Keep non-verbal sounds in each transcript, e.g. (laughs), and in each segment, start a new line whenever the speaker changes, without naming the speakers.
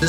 时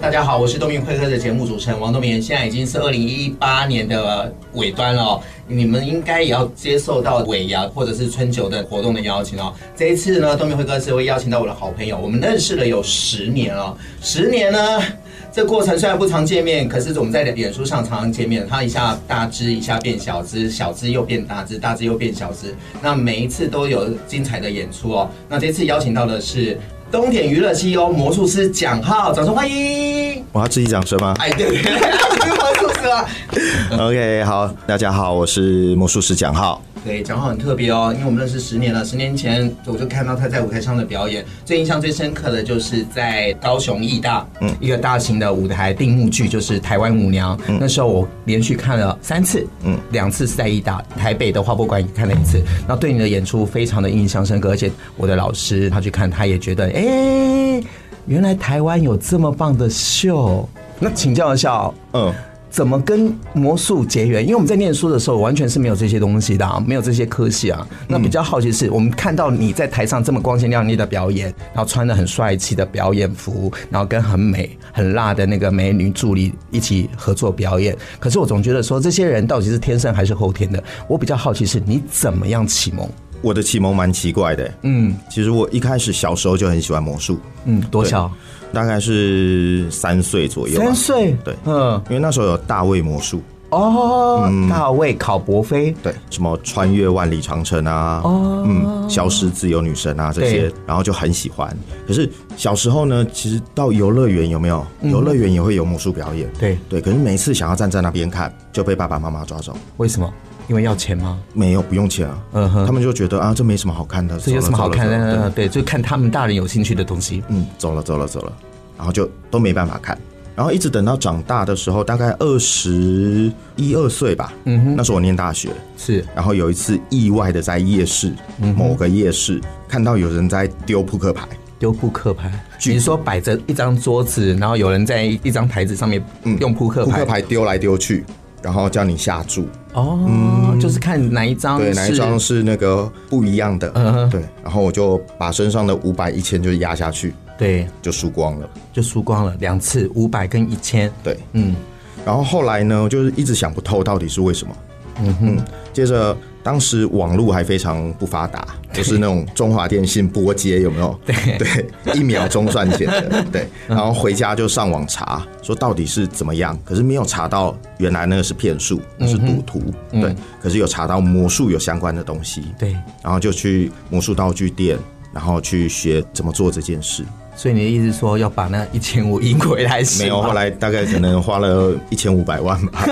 大家好，我是东明会客的节目主持人王东明，现在已经是二零一八年的尾端了哦，你们应该也要接受到尾牙或者是春酒的活动的邀请哦。这一次呢，东明会客室会邀请到我的好朋友，我们认识了有十年了、哦，十年呢。这过程虽然不常见面，可是我们在脸书上常常见面。他一下大只，一下变小只，小只又变大只，大只又变小只。那每一次都有精彩的演出哦。那这次邀请到的是东田娱乐 CEO 魔术师蒋浩，掌声欢迎！
我要自己掌声吗
哎，对对对， (laughs) 不是魔术师啊。
？OK，好，大家好，我是魔术师蒋浩。
对，蒋浩很特别哦，因为我们认识十年了。十年前我就看到他在舞台上的表演，最印象最深刻的就是在高雄艺大，嗯，一个大型的舞台定目剧，就是《台湾舞娘》那时候我连续看了三次，嗯，两次是在艺大，台北的花博馆也看了一次。那对你的演出非常的印象深刻，而且我的老师他去看，他也觉得，哎、原来台湾有这么棒的秀。那请教一下哦，
嗯，
怎么跟魔术结缘？因为我们在念书的时候完全是没有这些东西的、啊，没有这些科系啊。
嗯
那比较好奇是，我们看到你在台上这么光鲜亮丽的表演，然后穿的很帅气的表演服，然后跟很美很辣的那个美女助理一起合作表演。可是我总觉得说，这些人到底是天生还是后天的？我比较好奇是你怎么样启蒙？
我的启蒙蛮奇怪的。
嗯
其实我一开始小时候就很喜欢魔术，
嗯，多小？
大概是三岁左右吧。
三岁？
对
嗯，
因为那时候有大卫魔术，
哦，
嗯
大卫考伯菲，
对，什么穿越万里长城啊，嗯，消失自由女神啊这些
哦对，
然后就很喜欢。可是小时候呢，其实到游乐园有没有？游乐园也会有魔术表演，
嗯对
对。可是每次想要站在那边看，就被爸爸妈妈抓走。
为什么？因为要钱吗？
没有，不用钱啊。
嗯哼
他们就觉得啊，这没什么好看的，
这有什么好看
走了走了
的？
对
对，就看他们大人有兴趣的东西。
嗯，走了，走了，走了，然后就都没办法看。然后一直等到长大的时候，大概二十一二岁吧，嗯哼，那时候我念大学，
是
然后有一次意外的在夜市，
嗯
某个夜市看到有人在丢扑克牌，
丢扑克牌，你是说摆着一张桌子，然后有人在一张台子上面用扑克
嗯扑
牌，
克牌丢来丢去，然后叫你下注，
哦，就是看哪一张
嗯对，哪
哦
一
是
张是那个不一样的，嗯对，然后我就把身上的五百一千就压下去，
对，
就输光了，
就输光了两次，五百跟一千。
对，
嗯，
然后后来呢，就是一直想不透到底是为什么。嗯哼，接着当时网络还非常不发达，就是那种中华电信拨接有没有？对一秒钟赚钱的。对，然后回家就上网查，说到底是怎么样，可是没有查到原来那个是骗术，那是赌徒。对，可是有查到魔术有相关的东西，
对，
然后就去魔术道具店，然后去学怎么做这件事。
所以你的意思是说要把那一千五赢回来是
没有，
吗
后，来大概可能花了一千五百万吧。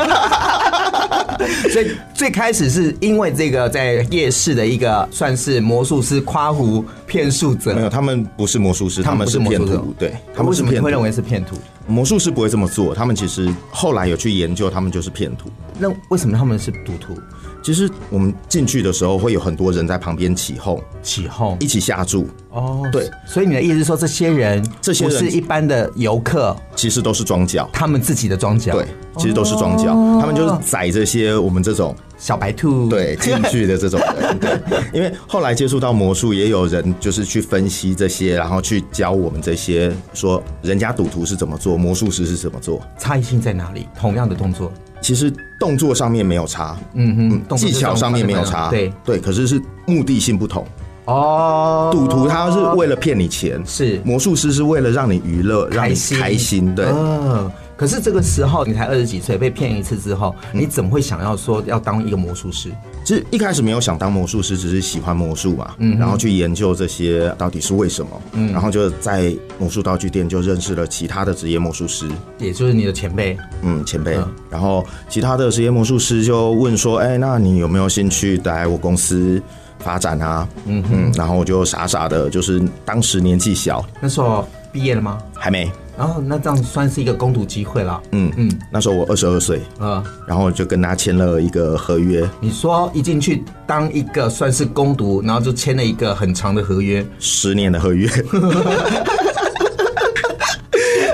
所以最开始是因为这个在夜市的一个算是魔术师夸胡骗术
没有，
者，
他们不是魔术师，
他
他
们
们
不是
是
魔术
骗
师
徒。对，他们
为
是
什么你
骗
会认
徒。
为是骗徒？
魔术师不会这么做，他们其实后来有去研究，他们就是骗徒。
那为什么他们是赌徒？
其实我们进去的时候，会有很多人在旁边起哄，
起哄
一起下注，
哦，
对，
所以你的意思是说，这些人
这些
不
人
是一般的游客，
其实都是装脚。
他们自己的庄脚，
对，其实都是装脚，
哦
他们就是宰这些我们这种
小白兔，
对
(laughs)
进去的这种人。对，因为后来接触到魔术，也有人就是去分析这些，然后去教我们这些说人家赌徒是怎么做，魔术师是怎么做。
差异性在哪里？同样的动作，
其实动作上面没有差，
嗯哼，动作
技
是
巧
这种
上面没有
方
差，
向对，
对，可是是目的性不同。
哦，
赌徒他是为了骗你钱，
是
魔术师是为了让你娱乐，让你开心，对。
嗯，可是这个时候你才二十几岁，被骗一次之后，
嗯
你怎么会想要说要当一个魔术师？
其实一开始没有想当魔术师，只是喜欢魔术嘛，
嗯
然后去研究这些到底是为什么，然后就在魔术道具店就认识了其他的职业魔术师，
也就是你的前辈，
嗯，前辈。然后其他的职业魔术师就问说：“哎、那你有没有兴趣来我公司发展啊？”嗯嗯，然后我就傻傻的，就是当时年纪小，
那时候毕业了吗？
还没，
然后那这样算是一个攻读机会了。
嗯嗯，那时候我二十二岁，
呃，
然后就跟他签了一个合约，
你说一进去当一个算是攻读，然后就签了一个很长的合约，
十年的合约。 (laughs)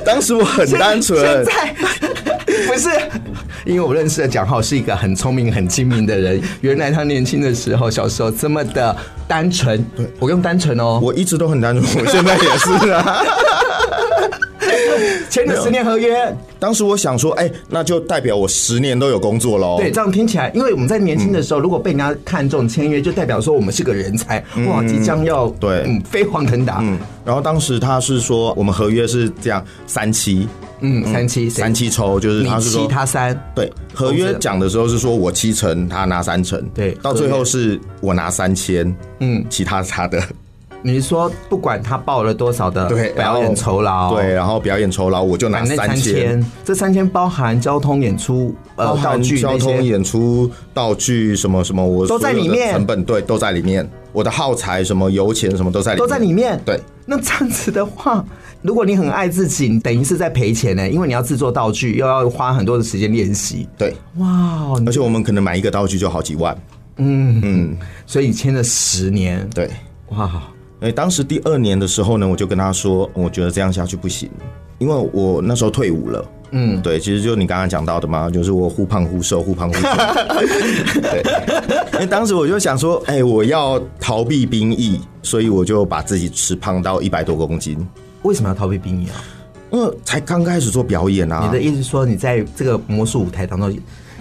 当时我很单
现
纯，
在 (laughs) 不是，因为我认识的蒋浩是一个很聪明、很精明的人。原来他年轻的时候，小时候这么的单纯。对，我用单纯哦。
我一直都很单纯，我 (laughs) 现在也是啊。
签了十年合约，
当时我想说，哎、那就代表我十年都有工作喽。
对，这样听起来，因为我们在年轻的时候，如果被人家看中签约，就代表说我们是个人才，哇，即将要
嗯对
嗯，飞黄腾达，
嗯，然后当时他是说，我们合约是这样三期，
嗯，三七谁
三期抽，就是
你
他是
七
说
他三，
对合约讲的时候是说我七成，他拿三成，
对
到最后是我拿三千，
嗯，
其他是他的，
你是说不管他报了多少的
对，然
表
后
演酬劳，
对，，然后表演酬劳我就拿
反正
三
三
千，
千，这三千包含交通演出、呃
包含
道具
交
那些
通、演出、道具什么什么，我
都在
所有
里
的
面
成本对都在里面，我的耗材什么油钱什么都在里面，
都在里面。
对，
(laughs) 那这样子的话，如果你很爱自己，你等于是在赔钱呢，因为你要制作道具，又要花很多的时间练习。
对，
哇哦，
而且我们可能买一个道具就好几万，
所以你签了十年，
对。
哇，
哎，当时第二年的时候呢，我就跟他说，我觉得这样下去不行，因为我那时候退伍了。嗯，对，其实就你刚刚讲到的嘛，就是我忽胖忽瘦，忽
(laughs)
胖忽瘦。对，因为当时我就想说，哎、我要逃避兵役，所以我就把自己吃胖到一百多公斤。
为什么要逃避兵役啊？
因为才刚开始做表演啊，
你的意思是说你在这个魔术舞台当中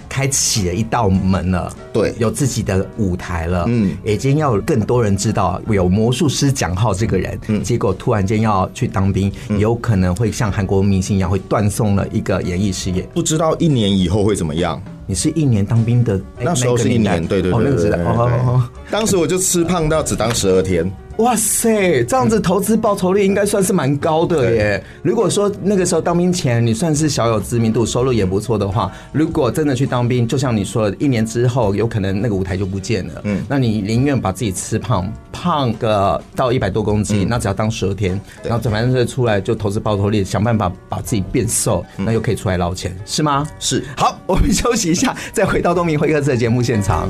开启了一道门了，
对
有自己的舞台了，嗯，已经要有更多人知道有魔术师蒋浩这个人，嗯，结果突然间要去当兵，
嗯
有可能会像韩国明星一样会断送了一个演艺事业。
不知道一年以后会怎么样。
你是一年当兵的，哎
那时候
个
是一
代
年，对对
哦
对
那
对
个
对
时代
对。
哦哦哦
对当时我就吃胖到只当十二天。
哇塞，这样子投资报酬率应该算是蛮高的耶。如果说那个时候当兵前你算是小有知名度，收入也不错的话，如果真的去当兵，就像你说的，一年之后有可能那个舞台就不见了。嗯，那你宁愿把自己吃胖，胖个到一百多公斤，那只要当十天，然后反正就出来就投资报酬率，想办法把自己变瘦，那又可以出来捞钱，是吗？
是
好，我们休息一下，再回到东明会客室的节目现场。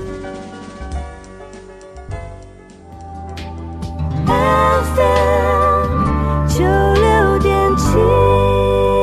FM 九六点七。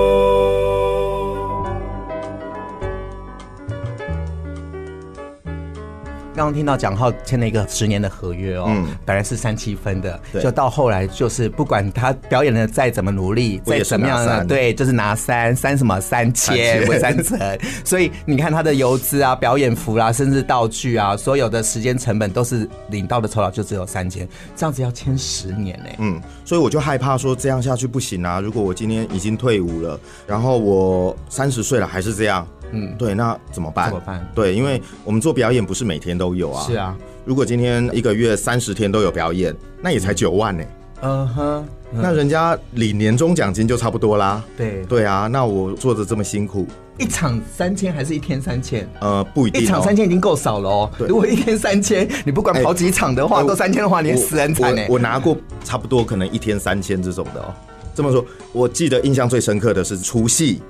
刚刚听到蒋浩签了一个十年的合约哦，本来是三七分的，
嗯对
就到后来就是不管他表演的再怎么努力，
我
再
也是
怎么样
拿
呢，
三
对，就是拿三三什么三千
千
或 (laughs) 三成，所以你看他的油资啊、表演服啦、甚至道具啊，所有的时间成本都是领到的酬劳就只有三千，这样子要签十年欸呢、
嗯，所以我就害怕说这样下去不行啊！如果我今天已经退伍了，然后我三十岁了还是这样，嗯，对，那怎么办？
怎么办
对，因为我们做表演不是每天都有啊。
是。啊，
如果今天一个月三十天都有表演，那也才九万呢、
嗯哼，
那人家领年终奖金就差不多啦。
对，
对啊，那我做的这么辛苦，
一场三千还是一天三千？
呃，不一定、哦。
一场三千已经够少了哦，
对
如果一天三千，你不管
哎
跑几场的话，
我
都三千的话，你也死很惨欸呢
我。我我拿过差不多可能一天三千这种的哦。这么说，我记得印象最深刻的是除夕、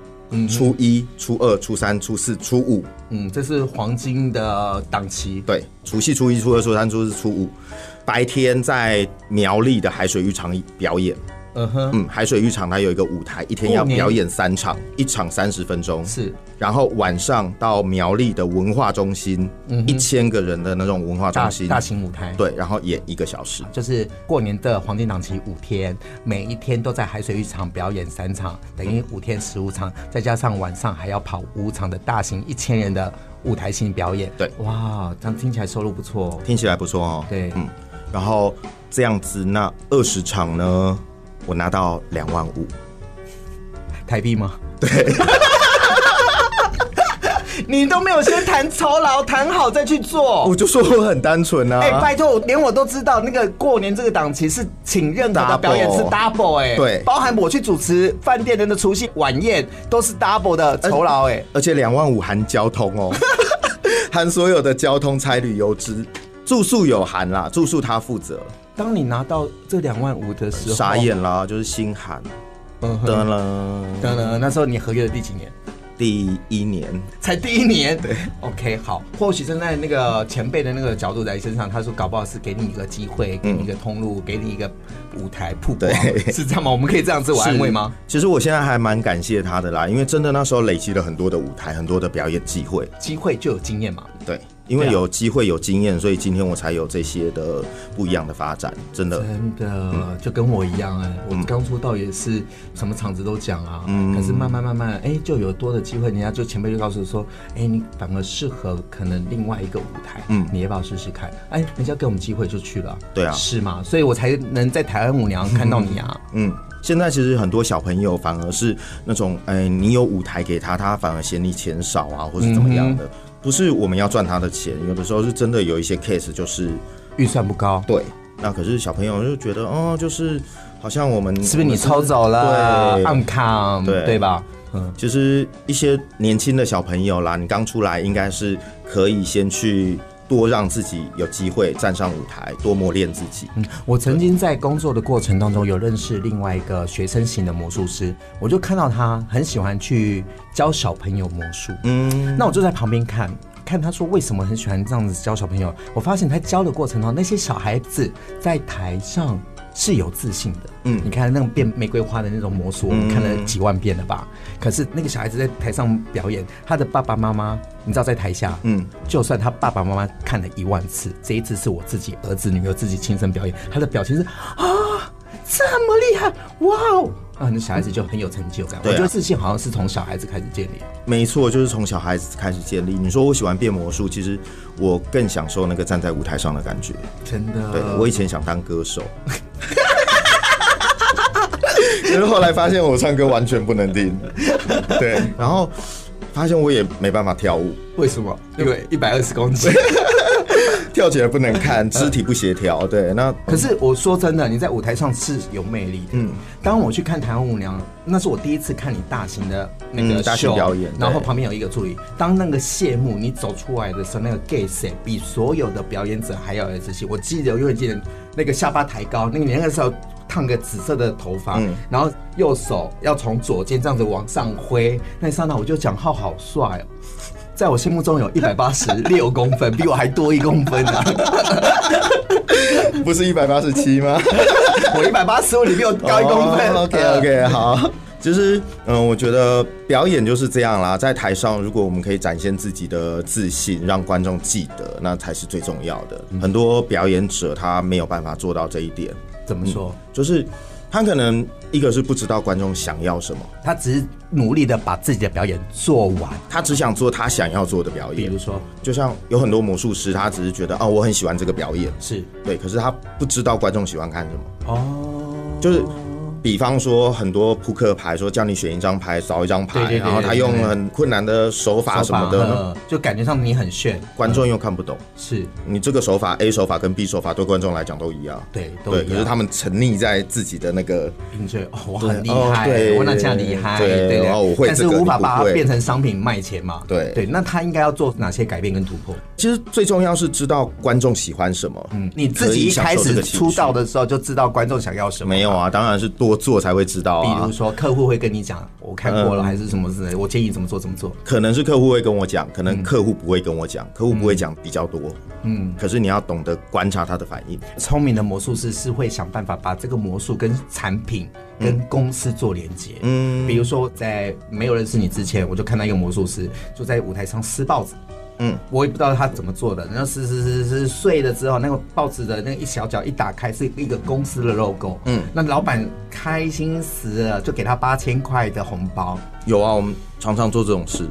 初一、初二、初三、初四、初五。
嗯，这是黄金的档期。
对，除夕、初一、初二、初三、初四、初五，白天在苗栗的海水浴场表演。
嗯哼，
嗯，海水浴场它有一个舞台，一天要
过年
表演三场，一场三十分钟。
是
然后晚上到苗栗的文化中心，一千、个人的那种文化
嗯大
中心，
大型舞台。。
对，然后演一个小时。
就是过年的黄金档期五天，每一天都在海水浴场表演三场，等
嗯
于五天十五场，再加上晚上还要跑五场的大型一千人的舞台性表演。
对
哇，这样听起来收入不错哦。
听起来不错哦。
对
嗯，然后这样子，那二十场呢，我拿到两万五，
台币吗？对。 (laughs) 你都没有先谈酬劳，谈好再去做。
哦我就说我很单纯啊。
哎、拜托，连我都知道，那个过年这个档期是请任何的
Double
表演是 double 哎、
对
包含我去主持饭店人的除夕晚宴都是 double 的酬劳哎、
而且两万五含交通 (laughs) 哦，含所有的交通、差旅、油资、住宿有含啦，住宿他负责。
当你拿到这两万五的时候，
傻眼啦，就是心寒。
嗯哼
噔了，
等等，那时候你合约的第几年？
第一年，
才第一年，对，OK，好，或许站在那个前辈的那个角度在身上，他说搞不好是给你一个机会，给你一个通路，给你一个舞台曝光，
对
是这样吗？我们可以这样自我安慰吗？
其实我现在还蛮感谢他的啦，因为真的那时候累积了很多的舞台，很多的表演机会。
机会就有经验嘛，
对，因为
对啊
有机会有经验，所以今天我才有这些的不一样的发展。真的，
真的就跟我一样哎、我刚出道也是什么场子都讲啊，
嗯
可是慢慢慢慢哎、就有多的机会，人家就前辈就告诉我说，哎、你反而适合可能另外一个舞台，嗯
嗯，
你要不要试试看？哎、人家给我们机会就去了，
对啊
是吗？所以我才能在台湾舞娘看到你啊，
嗯，现在其实很多小朋友反而是那种，哎，你有舞台给他，他反而嫌你钱少啊，或是怎么
嗯
样的。不是我们要赚他的钱，有的时候是真的有一些 case 就是
预算不高，
对，那可是小朋友就觉得哦，就是好像我们
是不是你
操
抽走了？
对，
暗康，
对
对吧？嗯，
其实一些年轻的小朋友啦，你刚出来应该是可以先去多让自己有机会站上舞台，多磨练自己。
我曾经在工作的过程当中有认识另外一个学生型的魔术师，我就看到他很喜欢去教小朋友魔术，
嗯，
那我就在旁边看。看他说为什么很喜欢这样子教小朋友，我发现他教的过程中，那些小孩子在台上是有自信的。嗯
嗯，
你看那种变玫瑰花的那种魔术，我们看了几万遍了吧？可是那个小孩子在台上表演，他的爸爸妈妈，你知道在台下，嗯
嗯，
就算他爸爸妈妈看了一万次，这一次是我自己儿子女儿自己亲身表演，他的表情是啊，这么厉害，哇哦！啊，那小孩子就很有成就感。我
对啊
觉得自信好像是从小孩子开始建立。
没错，就是从小孩子开始建立。你说我喜欢变魔术，其实我更享受那个站在舞台上的感觉。
真的，
对我以前想当歌手。 (laughs) 可是后来发现我唱歌完全不能听，对，然后发现我也没办法跳舞，
为什么？因为一百二十公斤。
跳起来不能看，肢体不协调，对，那
可是我说真的，你在舞台上是有魅力的。嗯
嗯，
当我去看台湾舞娘，那是我第一次看你大型的那个
嗯大型
秀
表演
然后
对
旁边有一个助理。当那个谢幕你走出来的时候，那个 gay 谁比所有的表演者还要有自信。我记得，我永远记得那个下巴抬高，那个你那个时候。烫个紫色的头发，
嗯
然后右手要从左肩这样子往上挥，那一刹那我就讲浩好帅 (laughs) 哦，在我心目中有一百八十六公分，比我还多一公分啊！
不是一百八十七吗？
我一百八十五，你比我高一公分。
哦
呃 (laughs)
OK OK，好。就是，嗯，我觉得表演就是这样啦，在台上，如果我们可以展现自己的自信，让观众记得，那才是最重要的。
嗯
很多表演者他没有办法做到这一点，
怎么说？
就是他可能一个是不知道观众想要什么，
他只是努力的把自己的表演做完。
他只想做他想要做的表
比
演
如。说，
就像有很多魔术师，他只是觉得哦，我很喜欢这个表演，
是
对，可是他不知道观众喜欢看什么。
哦，
就是比方说很多扑克牌，说叫你选一张牌，少一张
对
牌，
对对
然后他
对对
用
对
很困难的手法什么的，
呃，就感觉上你很炫，
观众又看不懂。
是
你这个手法 A 手法跟 B 手法对观众来讲都一样，
对都
对，
一
可
样
是他们沉溺在自己的那个，
你觉得哦，我很厉
哦
害，
对
我哪这样厉害，
对
对
哦我会
但是
这个
无法
你不
把它
会
变成商品卖钱嘛。
对
对，那他应该要做哪些改变跟突破？
其实最重要是知道观众喜欢什么。嗯，
你自己一开始出道的时候就知道观众想要什么，
没有。啊，当然是多做才会知道
比如
啊。
说，客户会跟你讲，我看过了，
嗯
还是什么之类的，我建议怎么做怎么做。
可能是客户会跟我讲，可能客户不会跟我讲，客户不会讲比较多。
嗯
嗯，可是你要懂得观察他的反应。
聪明的魔术师是会想办法把这个魔术跟产品、跟公司做连接。嗯，
嗯
比如说在没有认识你之前，我就看到一个魔术师就在舞台上撕报纸。嗯
嗯，
我也不知道他怎么做的，然后撕撕撕撕碎了之后，那个报纸的那一小角一打开是一个公司的 logo。嗯
嗯，
那老板开心死了，就给他八千块的红包。
有啊，我们常常做这种事。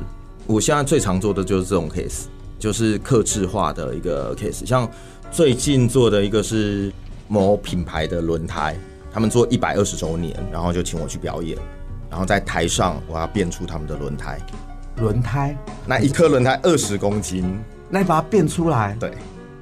我现在最常做的就是这种 case，就是克制化的一个 case。像最近做的一个是某品牌的轮胎，他们做一百二十周年，然后就请我去表演，然后在台上我要变出他们的轮胎，
轮胎，
那一颗轮胎二十公斤，
那你把它变出来，
对，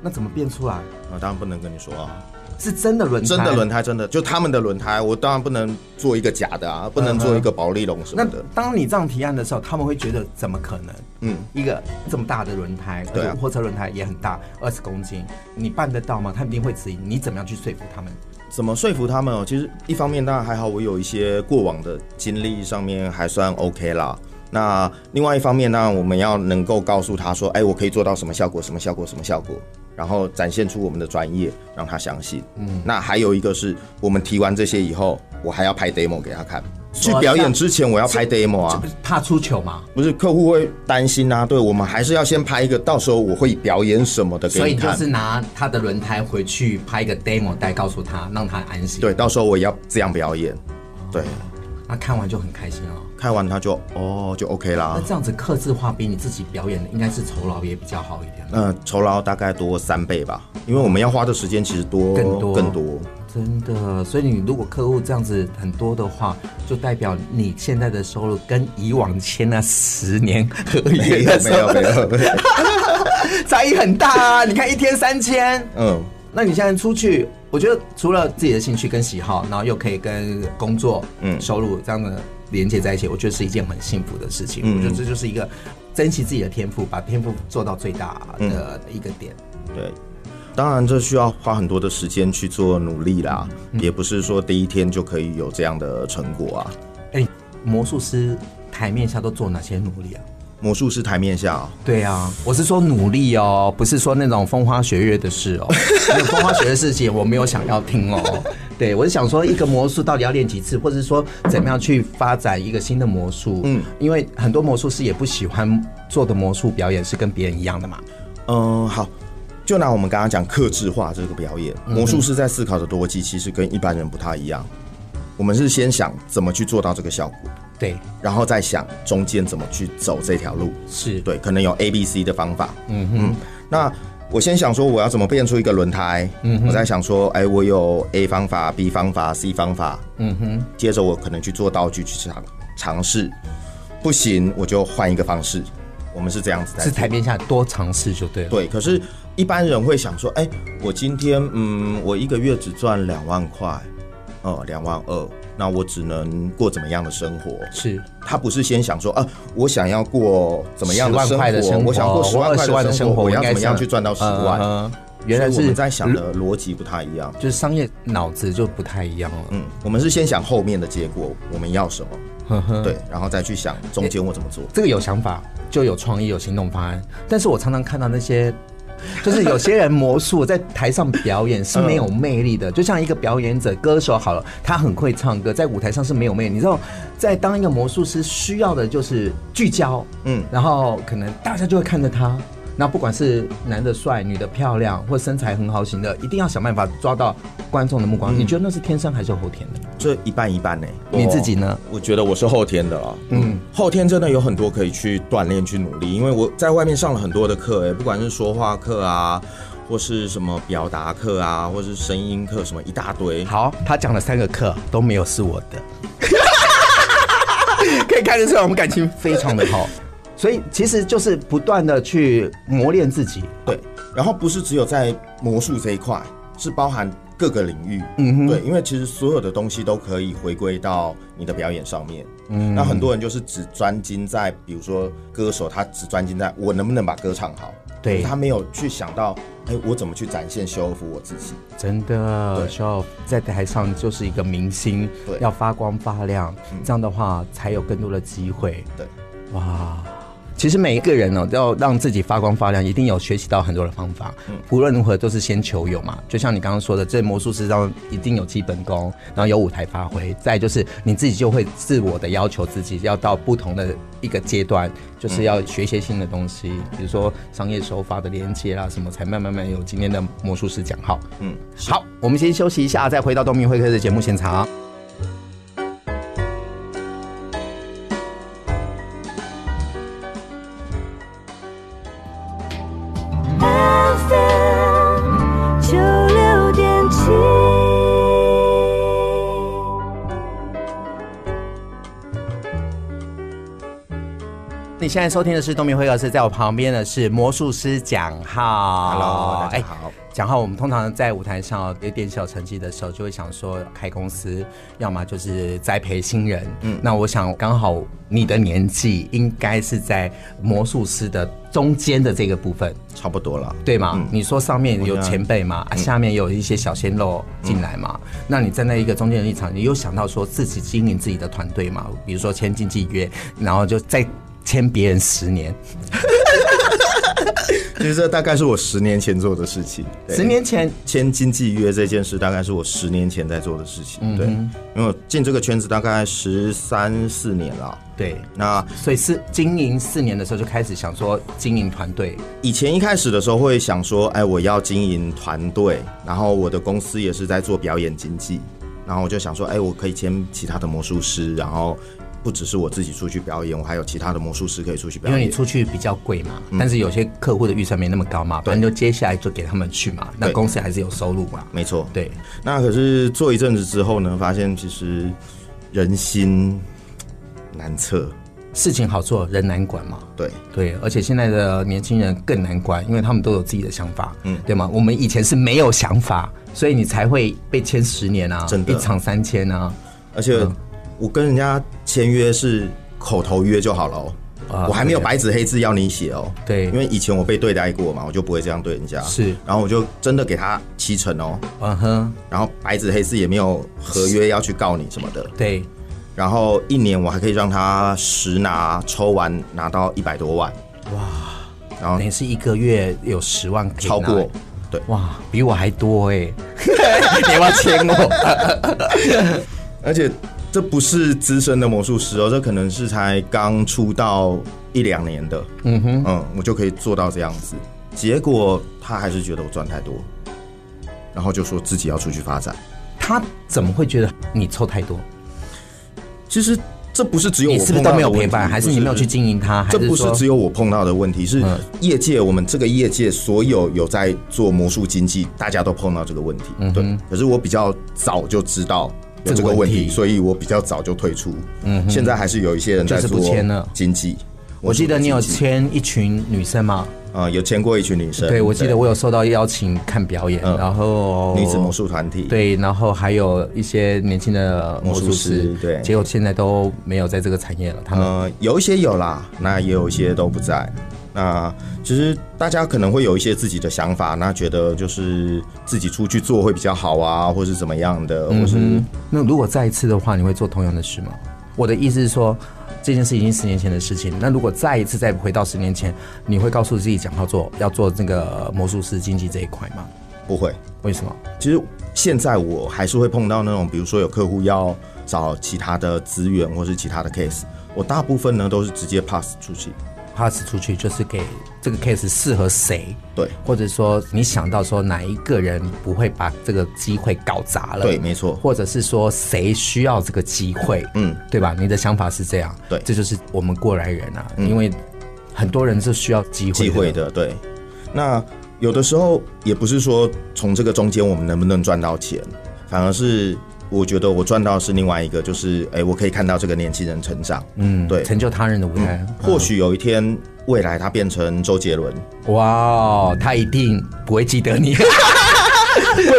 那怎么变出来？
我哦当然不能跟你说啊，
是真的轮胎，
真的轮胎真的就他们的轮胎，我当然不能做一个假的啊，不能做一个保利龙什么
那
的，
当你这样提案的时候，他们会觉得怎么可能？嗯
嗯，
一个这么大的轮胎，而
对
且
啊
货车轮胎也很大，二十公斤，你办得到吗？他们一定会质疑你怎么样去说服他们。
怎么说服他们哦？其实一方面当然还好，我有一些过往的经历上面还算 OK 啦。那另外一方面，当然我们要能够告诉他说，哎，我可以做到什么效果，什么效果，什么效果，然后展现出我们的专业，让他相信。嗯，那还有一个是我们提完这些以后，我还要拍 demo 给他看。去表演之前，我要拍 demo 啊，
怕出糗嘛，
不是客户会担心啊。对我们还是要先拍一个，到时候我会表演什么的给
所以
你
就
看。
是拿他的轮胎回去拍一个 demo 带，告诉他，让他安心。
对，，到时候我也要这样表演。对，
那看完就很开心哦。
看完他就哦就 OK 啦
那。这样子刻字化比你自己表演的应该是酬劳也比较好一点，
那酬劳大概多三倍吧，因为我们要花的时间其实多
更多 (laughs)
更多。
真的。所以你如果客户这样子很多的话，就代表你现在的收入跟以往签那十年合
没
约
有
的
没
时
有
候
没有，没有
(laughs) 差异很大啊！你看一天三千，
嗯，
那你现在出去，我觉得除了自己的兴趣跟喜好，然后又可以跟工作、嗯
嗯
收入这样的连接在一起，我觉得是一件很幸福的事情。
嗯
我觉得这就是一个珍惜自己的天赋，把天赋做到最大
嗯
的一个点。
对。当然，这需要花很多的时间去做努力啦，
嗯
也不是说第一天就可以有这样的成果啊。
哎、魔术师台面下都做哪些努力啊？
魔术师台面下哦、
对啊，我是说努力哦，不是说那种风花雪月的
(laughs)
事哦。那种风花雪月的事情我没有想要听哦。对，我是想说一个魔术到底要练几次，或者是说怎么样去发展一个新的魔术。嗯，因为很多魔术师也不喜欢做的魔术表演是跟别人一样的嘛。
嗯，好，就拿我们刚刚讲克制化这个表演，
嗯
魔术师在思考的逻辑其实跟一般人不太一样。我们是先想怎么去做到这个效果，
对，
然后再想中间怎么去走这条路。
是，
对，可能有 A、B、C 的方法。嗯嗯，那我先想说我要怎么变出一个轮胎。嗯，我在想说，哎，我有 A 方法、B 方法、C 方法。嗯哼，接着我可能去做道具去尝尝试，不行我就换一个方式。我们是这样子在
是
做
台面下多尝试就对了。
对，可是，一般人会想说，哎、我今天，嗯，我一个月只赚两万块，呃，两万二，那我只能过怎么样的生活？
是
他不是先想说，啊，我想要过怎么样的
10万
生活？
块的生活
我想过十万
我
块
20万的生活
我
我应
要
该
怎么样
想
去赚到十万？
嗯原来
所以我
是
们在想的逻辑不太一样。
就是商业脑子就不太一样了。
嗯，我们是先想后面的结果，我们要什么？
嗯
对，然后再去想中间我怎么做。
这个有想法，就有创意，有行动方案。但是我常常看到那些，就是有些人魔术在台上表演是没有魅力的，就像一个表演者、歌手好了，他很会唱歌，在舞台上是没有魅力。你知道，在当一个魔术师需要的就是聚焦，嗯
嗯，
然后可能大家就会看着他。那不管是男的帅、女的漂亮，或身材很好型的，一定要想办法抓到观众的目光。你觉得那是天生还是后天的？
这一半一半呢、
你自己呢？
我觉得我是后天的啦，嗯，后天真的有很多可以去锻炼、去努力，因为我在外面上了很多的课、欸诶，不管是说话课啊，或是什么表达课啊，或是声音课什么一大堆。
好，他讲了三个课都没有是我的， (laughs) 可以看得出来我们感情非常的好。所以其实就是不断的去磨练自己，
对，然后不是只有在魔术这一块，是包含各个领域。嗯对，因为其实所有的东西都可以回归到你的表演上面。嗯，那很多人就是只专精在，比如说歌手，他只专精在我能不能把歌唱好。
对
他没有去想到，哎、我怎么去展现、修复我自己。
真的需要在台上就是一个明星
对，
要发光发亮，这样的话才有更多的机会。
对，
哇，其实每一个人呢、要让自己发光发亮，一定有学习到很多的方法。无论如何都是先求有嘛，就像你刚刚说的，这魔术师上一定有基本功，然后有舞台发挥，再就是你自己就会自我的要求自己，要到不同的一个阶段，就是要学一些新的东西，比如说商业手法的连接啦，什么才慢慢慢有今天的魔术师讲号。嗯，好，我们先休息一下，再回到东明会客的节目现场。
FM 九六点七。
你你现在收听的是东明会客室，在我旁边的是魔术师蒋浩。
Hello，大
哎
家好。
讲好，我们通常在舞台上有点小成绩的时候，就会想说开公司，要么就是栽培新人。嗯，那我想刚好你的年纪应该是在魔术师的中间的这个部分，
差不多了。
对吗？
嗯
你说上面有
我觉得
前辈嘛，
嗯
啊，下面有一些小鲜肉进来嘛，那你站在一个中间的立场，你有想到说自己经营自己的团队嘛？比如说签经纪约，然后就再签别人十年，
其实这大概是我十年前做的事情。对
十年前
签经纪约这件事，大概是我十年前在做的事情。对，因为我进这个圈子大概十三四年了。
对。
那
所以是经营四年的时候就开始想说经营团队，
以前一开始的时候会想说，哎，我要经营团队，然后我的公司也是在做表演经济，然后我就想说，哎，我可以签其他的魔术师，然后不只是我自己出去表演，我还有其他的魔术师可以出去表
因
演。
为你出去比较贵嘛，
嗯
但是有些客户的预算没那么高嘛，反正就接下来就给他们去嘛，那
对
公司还是有收入嘛。
没错，
对，
那可是做一阵子之后呢，发现其实人心难测，
事情好做，人难管嘛。
对，
对，而且现在的年轻人更难管，因为他们都有自己的想法，嗯，对吗？我们以前是没有想法，所以你才会被签十年啊，
真的
一场三千啊，
而且我跟人家签约是口头约就好了哦。
啊
我还没有白纸黑字要你写哦，
对
因为以前我被对待过嘛，我就不会这样对人家，
是
然后我就真的给他七成哦，
嗯哼，
然后白纸黑字也没有合约要去告你什么的，
对，
然后一年我还可以让他实拿抽完拿到一百多万，哇，然后
等于是一个月有十万可以拿
超过，对，
哇，比我还多哎、你要不要签我？哦
(laughs) 而且这不是资深的魔术师哦，这可能是才刚出道一两年的，嗯哼，嗯，我就可以做到这样子。结果他还是觉得我赚太多，然后就说自己要出去发展。
他怎么会觉得你凑太多？
其实这不是只有我
你是不是
碰
都
到
没有
的问
陪
题
伴，还是你没有去？经营它？还
这不是
说
只有我碰到的问题，是
嗯
业界我们这个业界所有有在做魔术经济，大家都碰到这个问题。
嗯
对，可是我比较早就知道有这
这个
个
问
问
题
题，所以我比较早就退出。嗯，现在还是有一些人在
就是不
做
签了
经济。
我记得你有
经济
签一群女生嘛？
啊，有签过一群女生，
对，我记得我有受到邀请看表演，
嗯
然后
女子魔术团体，，
对，然后还有一些年轻的魔术师嗯
魔术师，对
结果现在都没有在这个产业了。他们
呃，有一些有啦，那也有一些都不在。那其实大家可能会有一些自己的想法，那觉得就是自己出去做会比较好啊，或是怎么样的，或是
那如果再一次的话，你会做同样的事吗？我的意思是说，这件事已经十年前的事情。那如果再一次再回到十年前，你会告诉自己讲要做要做这个魔术师经济这一块吗？
不会。
为什么？
其实现在我还是会碰到那种，比如说有客户要找其他的资源或是其他的 case，我大部分呢都是直接 pass 出去。
pass 出去，就是给这个 case 适合谁，
对
或者说你想到说哪一个人不会把这个机会搞砸了，
对没错
或者是说谁需要这个机会，嗯，对吧？你的想法是这样，
对嗯
这就是我们过来人啊，因为很多人是需要机会
机会的，对。那有的时候也不是说从这个中间我们能不能赚到钱，反而是我觉得我赚到的是另外一个，就是哎、诶我可以看到这个年轻人成长，嗯，对。嗯
成就他人的舞啊台，
或许有一天未来他变成周杰伦，
哇哦，他一定不会记得你，
会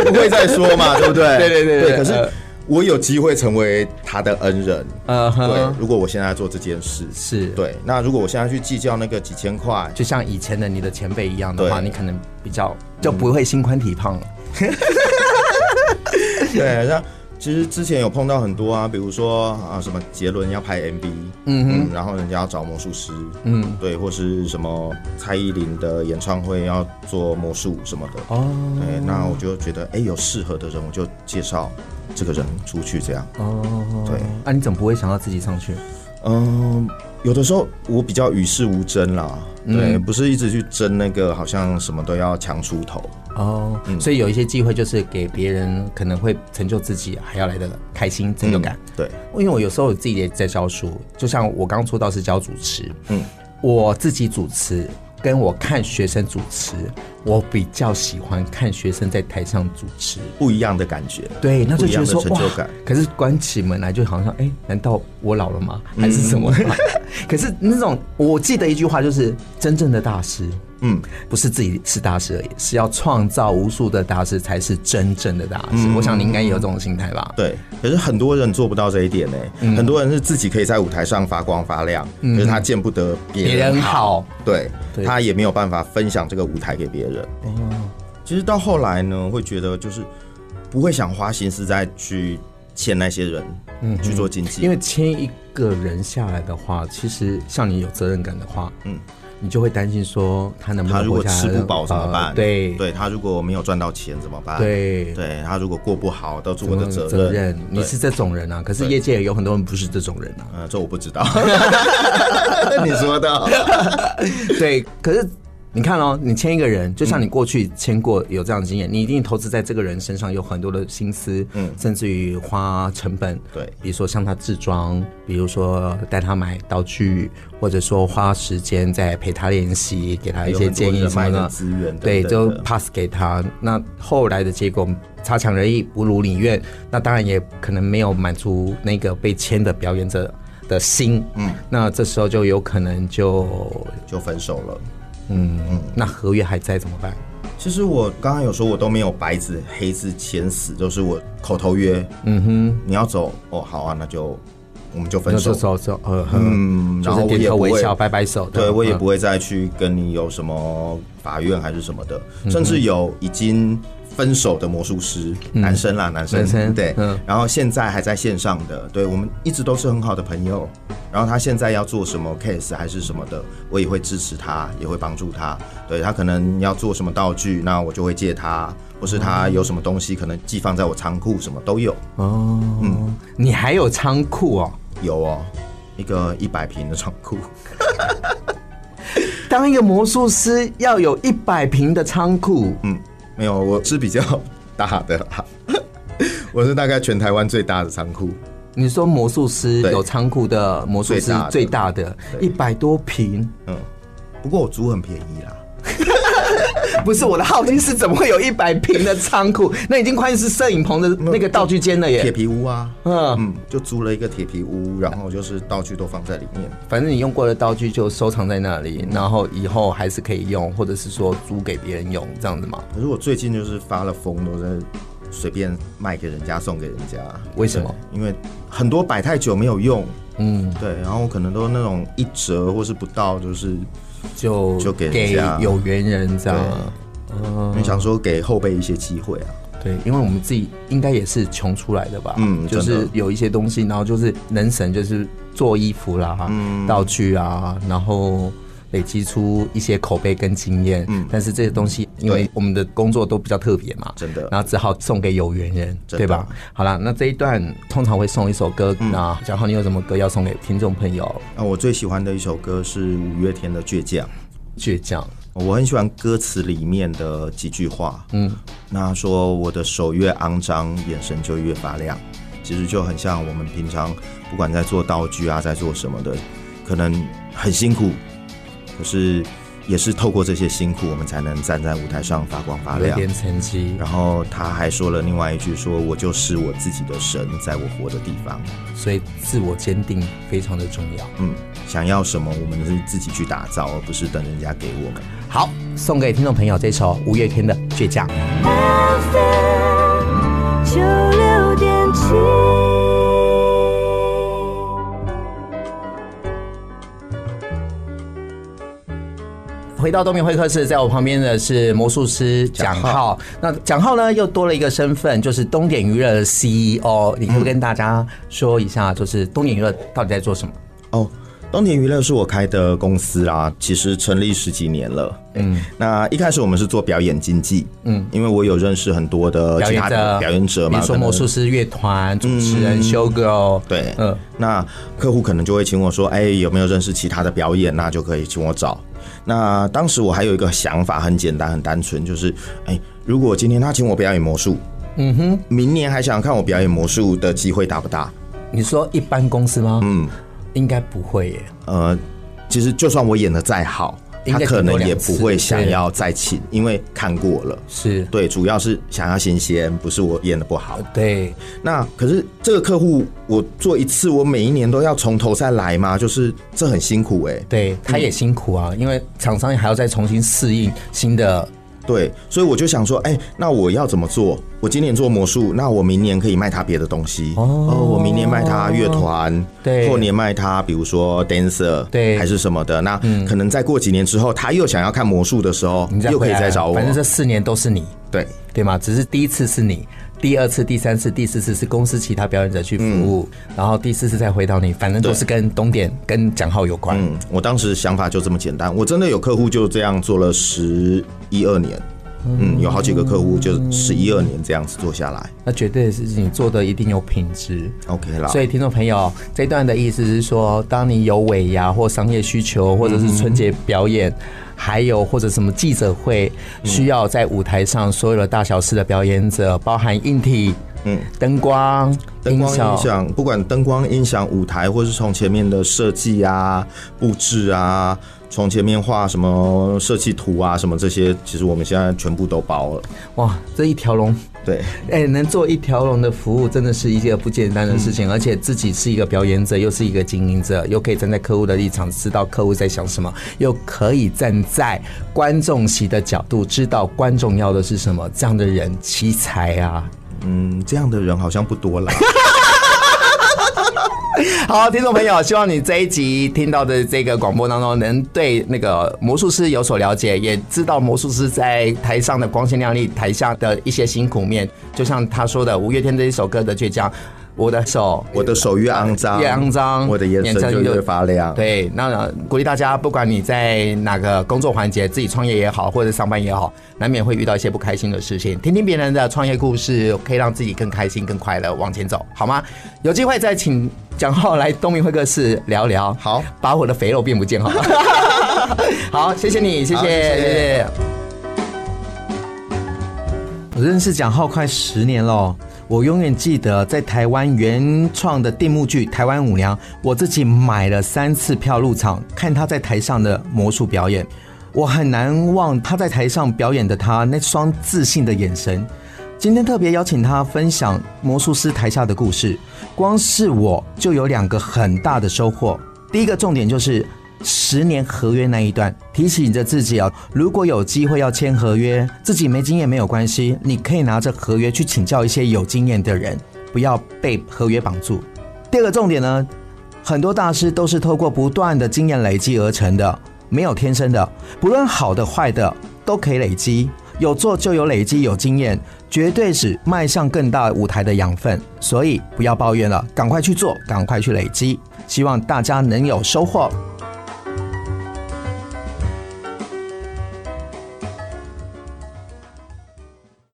不 (laughs) 会再说嘛？对不 (laughs) 对？
对对对对
对。可
呃
是我有机会成为他的恩人，
嗯
(laughs) 对
哼，。
如果我现在做这件事，
是，
对。那如果我现在去计较那个几千块，
就像以前的你的前辈一样的话，
对嗯
你可能比较就不会心宽体胖了。
(laughs) 对，那其实之前有碰到很多啊，比如说啊什么杰伦要拍 MV，嗯然后人家要找魔术师，嗯，对，或是什么蔡依林的演唱会要做魔术什么的，
哦，
对，那我就觉得哎、有适合的人，我就介绍这个人出去这样，
哦，
对
那、你怎么不会想要自己上去？
嗯、有的时候我比较与世无争啦，
嗯
对，不是一直去争那个好像什么都要强出头，
哦，所以有一些机会就是给别人可能会成就自己，还要来的开心成就感。
嗯对，
因为我有时候我自己也在教书，就像我刚出道是教主持，嗯，我自己主持，跟我看学生主持，我比较喜欢看学生在台上主持。
不一样的感觉。
对，那就觉得说
不一样的成就
哇
感，
可是关起门来就好像哎、难道我老了吗？还是什么？
嗯
(laughs) 可是那种我记得一句话就是，真正的大师，嗯，不是自己是大师而已，是要创造无数的大师才是真正的大师。我想你应该也有这种心态吧？
嗯对，可是很多人做不到这一点呢、
嗯
很多人是自己可以在舞台上发光发亮，可是他见不得别
别
人
人
好，
好，
对
嗯对嗯
他也没有办法分享这个舞台给别人。其实到后来呢，会觉得就是不会想花心思再去签那些人，嗯，去做经济，
因为签一个人下来的话，其实像你有责任感的话，嗯
嗯，
你就会担心说他能不
他
能
如果
活下来
吃不饱
呃
怎么办？
对
对他如果没有赚到钱怎么办？
对
对他如果过不好，都是
怎
我
么
的
有
责任。
责任，你
对
是这种人啊。可是
对
业界有很多人不是这种人
(laughs)
啊。
呃，这我
(laughs)
不知道，你说的。
对，可是你看哦，你签一个人，就
嗯
像你过去签过有这样的经验，你一定投资在这个人身上有很多的心思，嗯
嗯，
甚至于花成本，
对
比如说像他制装，比如说带他买道具，或者说花时间在陪他练习，给他一些建议
有很
什
多
么
人脉
的
的资源等等的
对，就 pass 给他。那后来的结果差强人意，不如你愿，那当然也可能没有满足那个被签的表演者。的心，嗯，那这时候就有可能就
就分手了。
嗯，那合约还在怎么办？
其实我刚刚有说，我都没有白纸黑字签死，就是我口头约，嗯哼，你要走哦，好啊，那就我们就分
那
手
这。时候就呃，
嗯
就
然
是
后我
点
也
头
不
微
会
笑、摆摆手的。
对我也
嗯
不会再去跟你有什么法院还是什么的，
嗯
甚至有已经分手的魔术师，男生啦，男
嗯
生，
男生
对
嗯，
然后现在还在线上的，对我们一直都是很好的朋友。然后他现在要做什么 case 还是什么的，我也会支持他，也会帮助他。对他可能要做什么道具，那我就会借他，或是他有什么东西可能寄放在我仓库，什么都有。
哦，
嗯
你还有仓库哦。
有哦，一个一百平的仓库。
当一个魔术师要有一百平的仓库，
嗯，没有，我是比较大的啦， (laughs) 我是大概全台湾最大的仓库。
你说魔术师
对
有仓库的魔术师
最大的
最大的一
对
百多平，
嗯，不过我租很便宜啦。
不是我的好奇是怎么会有一百平的仓库？那已经快是摄影棚的那个道具间了
铁
耶。
皮屋啊，
嗯，
嗯，就租了一个铁皮屋，然后就是道具都放在里面。
反正你用过的道具就收藏在那里，然后以后还是可以用，或者是说租给别人用这样子嘛？
可是我最近就是发了疯，都在随便卖给人家，送给人家。
为什么
对？因为很多摆太久没有用，
嗯，
对，然后可能都那种一折或是不到，就是
就
就给人家
有缘人这样。
因为想说给后辈一些机会啊。
对，因为我们自己应该也是穷出来的吧，
嗯
就
真
是
的
有一些东西，然后就是能省，就是做衣服啦、道具啊，然后累积出一些口碑跟经验。嗯，但是这些东西，因为
对
我们的工作都比较特别嘛，
真的
然后只好送给有缘人，
真的
对吧？好啦，那这一段通常会送一首歌，那小浩，你有什么歌要送给听众朋友？
那我最喜欢的一首歌是五月天的《倔强》。
倔强，
我很喜欢歌词里面的几句话，嗯，那他说我的手越肮脏，眼神就越发亮，其实就很像我们平常不管在做道具啊，在做什么的，可能很辛苦，可是也是透过这些辛苦，我们才能站在舞台上发光发
有
亮。
点成绩，
然后他还说了另外一句说我就是我自己的神，在我活的地方，
所以自我坚定非常的重要。
嗯，想要什么我们是自己去打造，而不是等人家给我们。
好，送给听众朋友这首五月天的《倔强》。
FM 九六点七。
回到东明会客室，在我旁边的是魔术师蒋浩。那蒋浩呢，又多了一个身份，就是东点娱乐的 CEO。你可不可以跟大家说一下，就是东点娱乐到底在做什么？
哦，东田娱乐是我开的公司啦，其实成立十几年了。嗯，那一开始我们是做表演经济，嗯，因为我有认识很多的
表
其他
演者，
的表演者嘛，
比如说
可能嗯
魔术师、乐团、主持人、修 girl，
对，
嗯
嗯，那客户可能就会请我说，哎、有没有认识其他的表演？那就可以请我找。那当时我还有一个想法，很简单，很单纯，就是，哎、如果今天他请我表演魔术，嗯哼，明年还想看我表演魔术的机会大不大？
你说一般公司吗？嗯，应该不会耶。
呃，其实就算我演的再好，
应
他
该
可能也
顶
不
多
会
两次
想要再请，因为看过了。
是，
对，主要是想要新鲜，不是我演的不好。
对，
那可是这个客户，我做一次，我每一年都要从头再来嘛，就是这很辛苦哎、
对，他也辛苦
嗯
啊，因为厂商还要再重新适应新的，
对，所以我就想说，哎、那我要怎么做？我今年做魔术，那我明年可以卖他别的东西。
哦
我明年卖他乐团，
对
后年卖他比如说 dancer，
对嗯
还是什么的。那可能再过几年之后，他又想要看魔术的时候
你，再
又可以
回来
再找我。
反正这四年都是你，
对，
对吗？只是第一次是你，第二次、第三次、第四次是公司其他表演者去服务，
嗯
然后第四次再回到你，反正都是跟东点、跟蒋浩有关。
嗯，我当时想法就这么简单。我真的有客户就这样做了十一二年，嗯，有好几个客户就十一二年这样子做下来。
那绝对是你做的一定有品质。
OK 啦，
所以，听众朋友，这段的意思是说，当你有尾牙或商业需求，或者是春节表演，还有或者什么记者会，需要在舞台上所有的大小事的表演者，包含硬体、嗯
嗯、
灯光、
灯
音
光音
效，
响，不管灯光音响、舞台，或是从前面的设计啊、布置啊，从前面画什么设计图啊，什么这些，其实我们现在全部都包了。
哇，这一条龙。
对，
哎、能做一条龙的服务，真的是一件不简单的事情，而且自己是一个表演者，又是一个经营者，又可以站在客户的立场，知道客户在想什么，又可以站在观众席的角度，知道观众要的是什么。这样的人，奇才啊！
嗯，这样的人好像不多
(laughs)
啦。
好，听众朋友，希望你这一集听到的这个广播当中，能对那个魔术师有所了解，也知道魔术师在台上的光鲜亮丽，台下的一些辛苦面。就像他说的，五月天这一首歌的倔强，我的手，
我的手越肮脏，
越肮脏，
我的眼神就越发亮。，
对，那呃鼓励大家，不管你在哪个工作环节，自己创业也好，或者上班也好，难免会遇到一些不开心的事情。听听别人的创业故事，可以让自己更开心、更快乐，往前走，好吗？有机会再请蒋浩来东明会客室聊聊。
好，
把我的肥肉变不见好吗？
(laughs)
好，谢谢你，谢
好
谢，
谢谢
谢谢。
我认识蒋浩快十年了哦，我永远记得在台湾原创的定目剧《台湾舞娘》，我自己买了三次票入场看他在台上的魔术表演。我很难忘他在台上表演的他那双自信的眼神。今天特别邀请他分享魔术师台下的故事，光是我就有两个很大的收获。第一个重点就是十年合约那一段，提醒着自己啊，如果有机会要签合约，自己没经验没有关系，你可以拿着合约去请教一些有经验的人，不要被合约绑住。第二个重点呢，很多大师都是透过不断的经验累积而成的，没有天生的，不论好的坏的都可以累积，有做就有累积，有经验绝对是迈向更大舞台的养分。所以不要抱怨了，赶快去做，赶快去累积，希望大家能有收获。